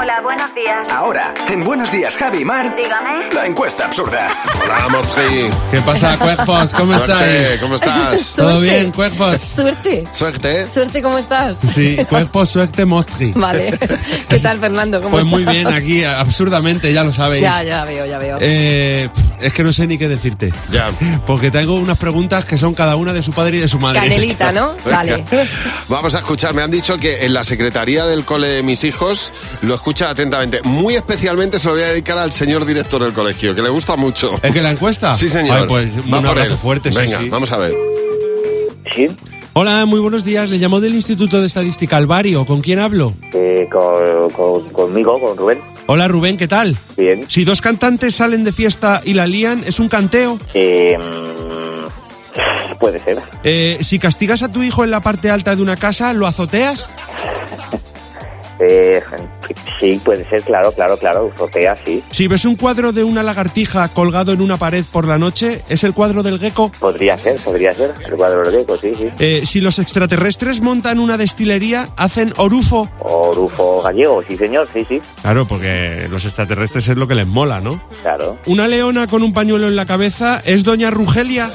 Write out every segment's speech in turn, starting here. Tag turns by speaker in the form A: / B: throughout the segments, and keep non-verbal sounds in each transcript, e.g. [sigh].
A: Hola, buenos días.
B: Ahora, en Buenos Días, Javi Mar.
A: Dígame.
B: La encuesta absurda.
C: Hola, Mostri.
D: ¿Qué pasa, cuerpos? ¿Cómo
C: Suerte,
D: estáis?
C: ¿Cómo estás?
D: [laughs] ¿Todo
E: Suerte.
D: bien, cuerpos?
E: Suerte.
C: Suerte.
E: Suerte, ¿cómo estás?
D: Sí, cuerpos, suerte, mostri.
E: [laughs] Vale. ¿Qué tal, Fernando? ¿Cómo
D: Pues
E: estás?
D: muy bien, aquí, absurdamente, ya lo sabéis.
E: [laughs] Ya, ya veo, ya veo.
D: Eh, pf, es que no sé ni qué decirte.
C: Ya.
D: Porque tengo unas preguntas que son cada una de su padre y de su madre.
E: Canelita, ¿no?
D: [laughs]
E: Vale.
C: [laughs] Vamos a escuchar. Me han dicho que en la secretaría del cole de mis hijos lo escucha atentamente. Muy especialmente se lo voy a dedicar al señor director del colegio, que le gusta mucho.
D: ¿Es que la encuesta?
C: Sí, señor.
D: Eh, Ay, pues un
C: Va por
D: abrazo
C: él.
D: fuerte, sí,
C: Venga,
D: sí.
C: vamos a ver.
F: Sí,
D: Hola, muy buenos días. Le llamo del Instituto de Estadística Alvario. ¿Con quién hablo?
F: eh, con- con- conmigo, con Rubén.
D: Hola, Rubén, ¿qué tal?
F: Bien.
D: Si dos cantantes salen de fiesta y la lían, ¿es un canteo?
F: Eh, mm, puede ser.
D: Eh, si castigas a tu hijo en la parte alta de una casa, ¿lo azoteas?
F: Eh, sí, puede ser, claro, claro, claro. Sortea, sí.
D: Si ves un cuadro de una lagartija colgado en una pared por la noche, ¿es el cuadro del gecko?
F: Podría ser, podría ser. El cuadro del Greco, sí, sí.
D: Eh, si los extraterrestres montan una destilería, ¿hacen orufo?
F: O Rufo Gallego, sí, señor, sí, sí.
D: Claro, porque los extraterrestres es lo que les mola, ¿no?
F: Claro.
D: ¿Una leona con un pañuelo en la cabeza es Doña Rugelia?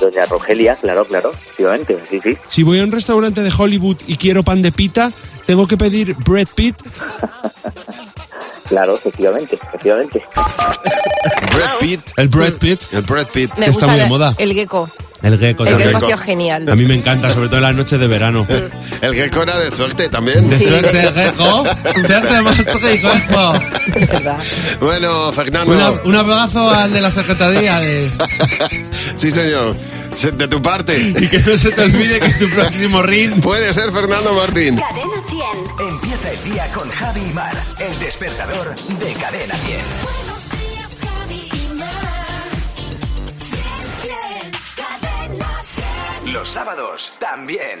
F: Doña Rogelia, claro, claro. Efectivamente, sí, sí.
D: Si voy a un restaurante de Hollywood y quiero pan de pita, ¿tengo que pedir bread pit?
F: Claro, efectivamente, efectivamente.
C: Brad Pitt.
D: ¿El bread pit?
C: El Brad Pitt.
E: Me
D: Está
E: gusta
D: muy de
E: la-
D: moda. Pues
E: el gecko.
D: El gecko
E: El
D: también.
E: gecko ha sido genial.
D: A mí me encanta, sobre todo en las noches de verano.
C: El gecko era de suerte también.
D: ¡De suerte, [laughs] gecko! ¡Suerte, maestro y gecko!
E: [laughs] Es verdad.
C: Bueno, Fernando.
D: Una- un abrazo al de la secretaría de...
C: Sí, señor. Se- De tu parte.
D: [laughs] y que no se te olvide que tu próximo ring
C: Puede ser Fernando Martín.
A: Cadena 100.
B: Empieza el día con Javi Mar. El despertador de Cadena 10.
G: Buenos días, Javi y Mar. Bien, bien, cadena 100.
B: Los sábados también.